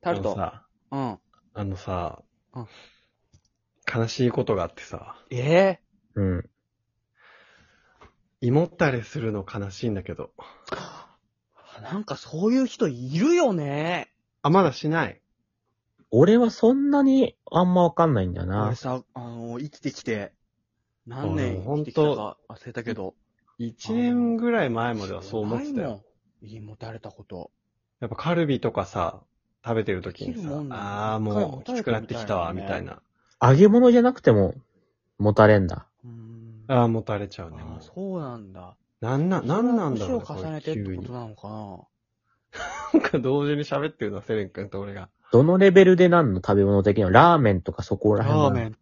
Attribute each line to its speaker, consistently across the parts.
Speaker 1: タル
Speaker 2: あの
Speaker 1: ト。
Speaker 2: さ、
Speaker 1: うん。
Speaker 2: あのさ、
Speaker 1: うん
Speaker 2: 悲しいことがあってさ、
Speaker 1: ええ
Speaker 2: うん。胃もったれするの悲しいんだけど。
Speaker 1: なんかそういう人いるよね。
Speaker 2: あ、まだしない。
Speaker 3: 俺はそんなにあんまわかんないんだよな
Speaker 1: 俺。さ、あの、生きてきて、何
Speaker 2: 俺
Speaker 1: 年
Speaker 2: も
Speaker 1: 生きてきたか忘れたけど。
Speaker 2: 一年ぐらい前まではそう思ってた
Speaker 1: ないも
Speaker 2: よ。
Speaker 1: ん。胃もたれたこと。
Speaker 2: やっぱカルビとかさ、食べてる時に
Speaker 1: でき
Speaker 2: さ
Speaker 1: るもん、なんだ
Speaker 2: ああー、
Speaker 1: 一回
Speaker 2: も
Speaker 1: も
Speaker 2: う
Speaker 1: 食
Speaker 2: き
Speaker 1: べて
Speaker 2: つく
Speaker 1: みたいよ
Speaker 2: な
Speaker 1: ね
Speaker 2: ってきたわ、みたいな。
Speaker 3: 揚げ物じゃなくても、もたれんだ。
Speaker 1: うーん。あ
Speaker 2: ああ、もたれちゃうね。
Speaker 1: あ
Speaker 2: も
Speaker 1: ー、そうなんだ。
Speaker 2: うなんな、なんなんだろうね、
Speaker 1: 年を重ねてって
Speaker 2: 急
Speaker 1: こと
Speaker 2: に。
Speaker 1: なのかな
Speaker 2: なんか同時に喋ってるの、セレン君と俺が。
Speaker 3: どのレベルで何の食べ物的なのラーメンとかそこら辺
Speaker 1: ラー
Speaker 3: なの
Speaker 1: メン。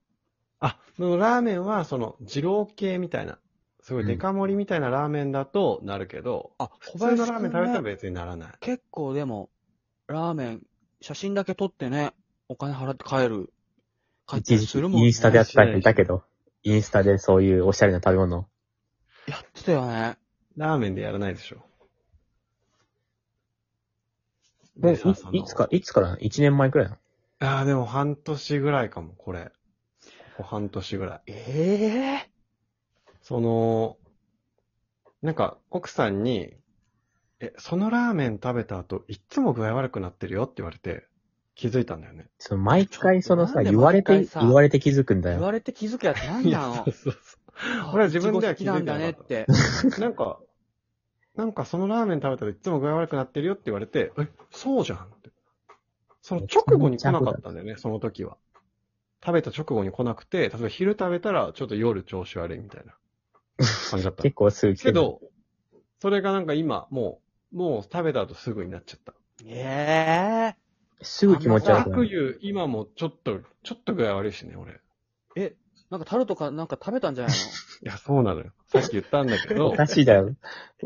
Speaker 2: あ、でもラーメンは、その、二郎系みたいな、すごいデカ盛りみたいなラーメンだとなるけど、
Speaker 1: あ、
Speaker 2: 普
Speaker 1: 小
Speaker 2: 通
Speaker 1: 林君
Speaker 2: のラーメン食べたら別にならない。
Speaker 1: 結構でも、ラーメン、写真だけ撮ってね、お金払って帰る。帰った
Speaker 3: 一
Speaker 1: り
Speaker 3: 時
Speaker 1: す
Speaker 3: 期
Speaker 1: るもんね。
Speaker 3: インスタで
Speaker 2: や
Speaker 3: やっ
Speaker 2: ってて
Speaker 3: た
Speaker 2: た
Speaker 3: 人
Speaker 2: 人
Speaker 3: い
Speaker 2: い
Speaker 3: た
Speaker 2: た
Speaker 3: け
Speaker 2: け
Speaker 3: ど、インスタでそういうおしゃれな食べ物。
Speaker 1: やってたよね。
Speaker 2: ラーメンでやらないでしょ。
Speaker 3: もう
Speaker 2: でさその
Speaker 3: い、いつか、いつから一年前くらいなの
Speaker 2: ああ、でも半年ぐらいかも、これ。ここ半年ぐらい。
Speaker 1: ええ
Speaker 2: その、なんか、奥さんに、え、そのラーメン食べた後、いっつも具合悪くなってるよって言われて、気づいたんだよね。
Speaker 3: その毎回その
Speaker 1: な
Speaker 3: さ、
Speaker 1: んで
Speaker 3: 言われ
Speaker 1: 毎
Speaker 3: て
Speaker 1: 回、さ
Speaker 3: 言われて気づくんだ
Speaker 1: 言
Speaker 3: よ。
Speaker 1: われて気づくやつなん
Speaker 2: い
Speaker 1: な
Speaker 2: や、
Speaker 1: の
Speaker 2: そうそうそ
Speaker 1: あ
Speaker 2: 俺は自分では気づいてなか
Speaker 1: いちご好きなん
Speaker 2: った
Speaker 1: だねって。
Speaker 2: う。なんか、なんかそのラーメン食べたらいっつも具合悪くなってるよって言われて、え、そうじゃんって。その直後に来なかったんだよね、その時は。食べた直後に来なくて、例えば昼食べたらちょっと夜調子悪いみたいな感じだ ったの
Speaker 3: 結構すぐ来て
Speaker 2: け
Speaker 3: る。
Speaker 2: ど、それがなんか今、もう、もう食べた後すぐになっちゃった。
Speaker 1: ええ
Speaker 3: すぐ気持ち悪くな
Speaker 2: 悪
Speaker 3: る。
Speaker 2: 湯、今もちょっと、ちょっと具合悪いしね、俺。い
Speaker 1: え、なんかタルトかなんか食べたんじゃない
Speaker 2: や、そうなのよ。さっき言ったんだけ ど
Speaker 3: お、かしいだよ。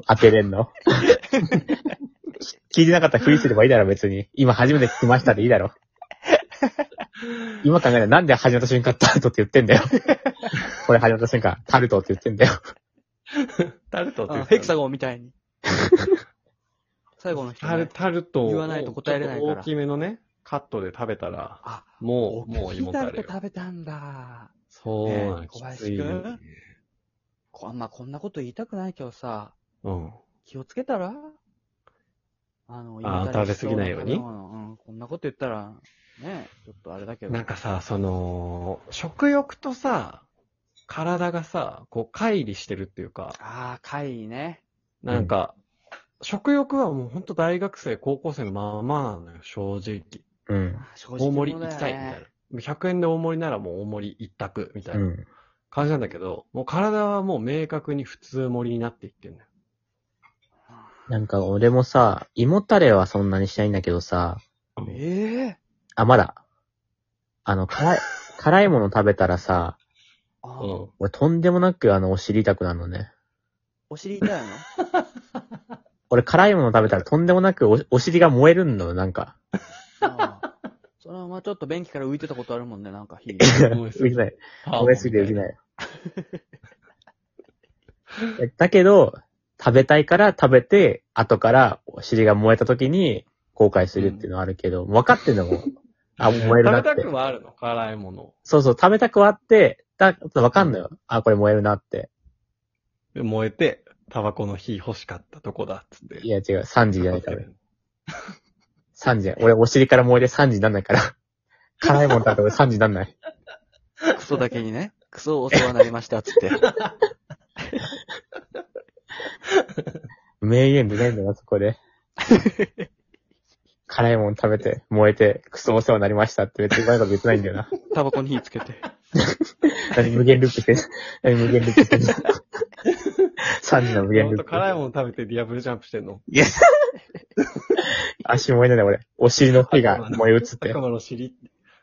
Speaker 3: 当てれんの。 聞いてなかったらふりすればいいだろ、別に。今初めて聞きましたでいいだろ。今考えたらなんで始まった瞬間タルトって言ってんだよ。これ始まった瞬間タルトって言ってんだよ。
Speaker 2: タルトっ
Speaker 1: の
Speaker 2: て言
Speaker 1: あ
Speaker 2: った
Speaker 1: ヘ
Speaker 2: の
Speaker 1: キサゴンみたい に。最後の人、
Speaker 2: タル
Speaker 1: ね。
Speaker 2: タルトを
Speaker 1: 言わないと答えれないから
Speaker 2: ちょっと大きめのね、カットで食べたら、
Speaker 1: あ、
Speaker 2: もう、も
Speaker 1: 大
Speaker 2: う
Speaker 1: きい
Speaker 2: 芋
Speaker 1: タ
Speaker 2: た
Speaker 1: ル
Speaker 2: れ
Speaker 1: ト
Speaker 2: よ。
Speaker 1: 食べたんだ。
Speaker 2: そうな
Speaker 1: ね
Speaker 2: の、
Speaker 1: 小
Speaker 2: き
Speaker 1: 林
Speaker 2: ついよね。
Speaker 1: こあんまこんなこと言いたくないけどさ、
Speaker 2: うん。
Speaker 1: 気をつけたらあの、
Speaker 2: あー
Speaker 1: 胃もたしそ
Speaker 2: 食べ過ぎ
Speaker 1: な
Speaker 2: ないように
Speaker 1: 食べ物うん、こんなこと言ったら、ね、ちょっとあれだけど。
Speaker 2: なんかさ、その、食欲とさ、体がさ、こう、乖離してるっていうか、
Speaker 1: ああ、会ね。
Speaker 2: なんか、食欲はもうほんと大学生、高校生のままなのよ、正直。
Speaker 3: うん。。
Speaker 1: 正
Speaker 2: 大
Speaker 1: 直
Speaker 2: 盛り
Speaker 1: 者だよ
Speaker 2: 行
Speaker 1: ね
Speaker 2: きたいみたいな。100円で大盛りならもう大盛り一択みたいうなん感じなんだけど、もう体はもう明確に普通盛りになっていってんだよ。
Speaker 3: なんか俺もさ、胃もたれはそんなにしないんだけどさ、
Speaker 1: ええ
Speaker 3: あ、まだ。あの、辛い、辛いもの食べたらさ、
Speaker 1: ああ、
Speaker 2: うん。
Speaker 3: 俺とんでもなくあの、お尻痛くなるのね。
Speaker 1: お尻痛いの
Speaker 3: 俺辛いもの食べたらとんでもなくおお尻が燃えるのよ、なんか。
Speaker 1: ああそのままちょっと便器から浮いてたことあるもんね、なんか日々。
Speaker 2: 燃えす
Speaker 3: で
Speaker 2: ぎ
Speaker 3: きない。食べ過ぎてできない。だけど、食べたいから食べて、後からお尻が燃えた時に後悔するっていうのはあるけど、分かってんのも、あ、もう燃え
Speaker 2: 食
Speaker 3: るな
Speaker 2: べ
Speaker 3: って
Speaker 2: た。くもあるの、辛いもの。
Speaker 3: そうそう、食べたくはあって、だ、分かんのよ。あ、これ燃えるなって。
Speaker 2: で燃えて、タバコの火欲しかったとこだっつって。
Speaker 3: いや違う、3時じゃないから。
Speaker 2: ね。
Speaker 3: 3時じゃない。俺お尻から燃えて3時になんない から。辛いもん食べて俺3時になんない。
Speaker 1: クソだけにね。クソお世話になりました、つ って。
Speaker 3: 名言出ないんだな、そ こで。辛いもん食べて、燃えて、クソお世話になりましたって別に言われたこと言ってないんだよな。
Speaker 1: タバコに火つけて。
Speaker 3: 何無限ループしてん何無限ループしてんの ?3 時の無限
Speaker 2: ほ
Speaker 3: ル
Speaker 2: んと
Speaker 3: ープ。
Speaker 2: 辛いもの食べてディアブルジャンプしてんの。
Speaker 3: いや足燃えないんだよ俺。お尻の手が燃え移って
Speaker 2: 悪。魔の尻。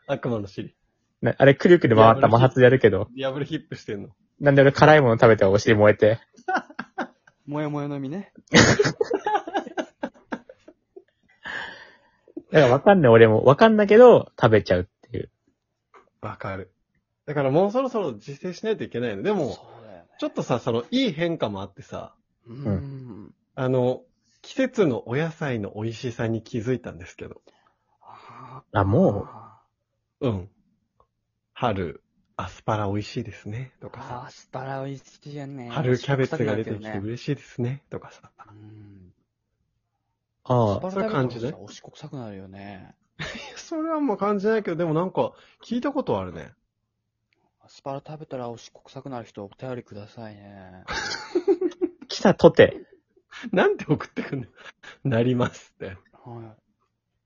Speaker 2: 悪魔の尻。
Speaker 3: なあれ、くるくる回った摩擦でやるけど、
Speaker 2: ディアブルヒップしてんの。
Speaker 3: なんで俺辛いもの食べてお尻燃えて、
Speaker 1: もやもやの実ね。
Speaker 3: だからわかんない俺も。わかんないけど、食べちゃうっていう。
Speaker 2: わかる。だからもうそろそろ自制しないといけないの。でも、
Speaker 1: そうだよね。
Speaker 2: ちょっとさ、その、いい変化もあってさ、
Speaker 1: う。
Speaker 3: うん
Speaker 2: あの、季節のお野菜の美味しさに気づいたんですけど。
Speaker 1: ああ
Speaker 3: あ、
Speaker 1: ー
Speaker 3: も
Speaker 2: うん。春、アスパラ美味しいですね。とか
Speaker 1: あー、
Speaker 2: さ。
Speaker 1: アスパラ美味しいよね。
Speaker 2: 春キャベツが出てきて
Speaker 1: る。
Speaker 2: 嬉しいですね。とかさ。
Speaker 1: うん。
Speaker 3: う、ああ、
Speaker 1: アスパラ食べたらさ
Speaker 2: そういう感じね
Speaker 1: おしっこ臭くなるよね。
Speaker 2: それはもう感じないけど、でもなんか、聞いたことはあるね。
Speaker 1: アスパラ食べたらおしっこ臭くなる人、お便りくださいね。
Speaker 3: 来たとて、
Speaker 2: なんて送ってくんの なりますって。
Speaker 1: は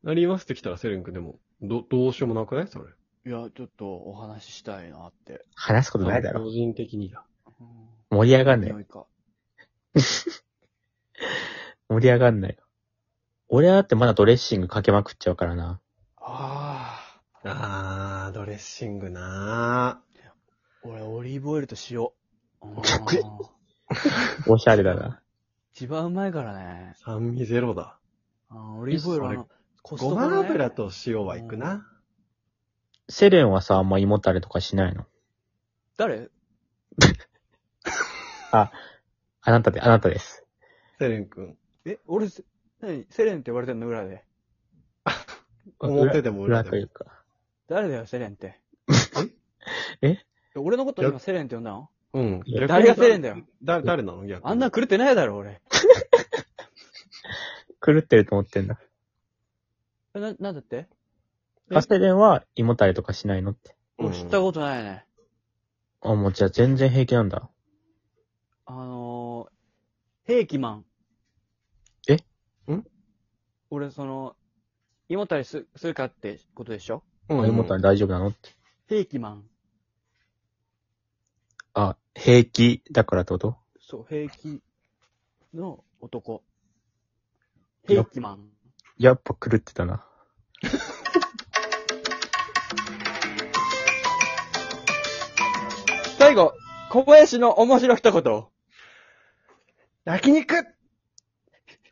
Speaker 2: なりますって来たらセレン君でも、ど、どうしようもなくないそれ。
Speaker 1: い。いや、ちょっとお話ししたいなって。
Speaker 3: 話すことないだろ。
Speaker 2: 個人的にだ。
Speaker 1: うん
Speaker 3: 盛り上がんない。
Speaker 1: 匂いか。
Speaker 3: 盛り上がんない。俺はだってまだドレッシングかけまくっちゃうからな。
Speaker 1: ああ。
Speaker 2: あー、ドレッシングな
Speaker 1: 俺、オリーブオイルと塩。 うん
Speaker 3: 逆おしゃれだな。
Speaker 1: 一番うまいからね。
Speaker 2: ー。酸味ゼロだ。
Speaker 1: あオリーブオイルはあの、コスト
Speaker 2: ご
Speaker 1: コ
Speaker 2: ま
Speaker 1: のね
Speaker 2: 油と塩はいくな。
Speaker 3: セレンはさ、あんま胃もたれとかしないの
Speaker 1: 誰
Speaker 3: あなたで、あなたです。
Speaker 2: セレン君。
Speaker 1: え、俺、せ何セレンって言われてんの裏で。
Speaker 2: 表でも裏
Speaker 3: 裏と
Speaker 2: で
Speaker 3: い
Speaker 2: も
Speaker 3: う。か。
Speaker 1: 誰だよ、セレンっ て。
Speaker 3: ええ
Speaker 1: 俺のこと今セレンって呼んだの
Speaker 2: うん。
Speaker 3: いや
Speaker 1: 誰がセレンだよ。
Speaker 2: だ、誰なの逆に
Speaker 1: あんな狂ってないだろ、俺。
Speaker 3: 狂ってると思ってんだ。
Speaker 1: えな、なんだって
Speaker 2: え
Speaker 3: あ、セレンは胃もたれとかしないのって。
Speaker 2: うん
Speaker 1: 俺知ったことないね。
Speaker 3: あ、もうじゃあ全然平気なんだ。
Speaker 1: あのー、兵器マン。
Speaker 2: えん
Speaker 1: 俺、その、胃もたれすするかってことでしょ
Speaker 2: うん
Speaker 3: あ胃もたれ大丈夫なのって。
Speaker 1: 兵器マン。
Speaker 3: あ、平気だからってこと
Speaker 1: そう、兵器の男。
Speaker 3: いや
Speaker 1: 兵器マン。
Speaker 3: やっぱ狂ってたな。
Speaker 1: 最後、小林の面白一言。
Speaker 2: 焼肉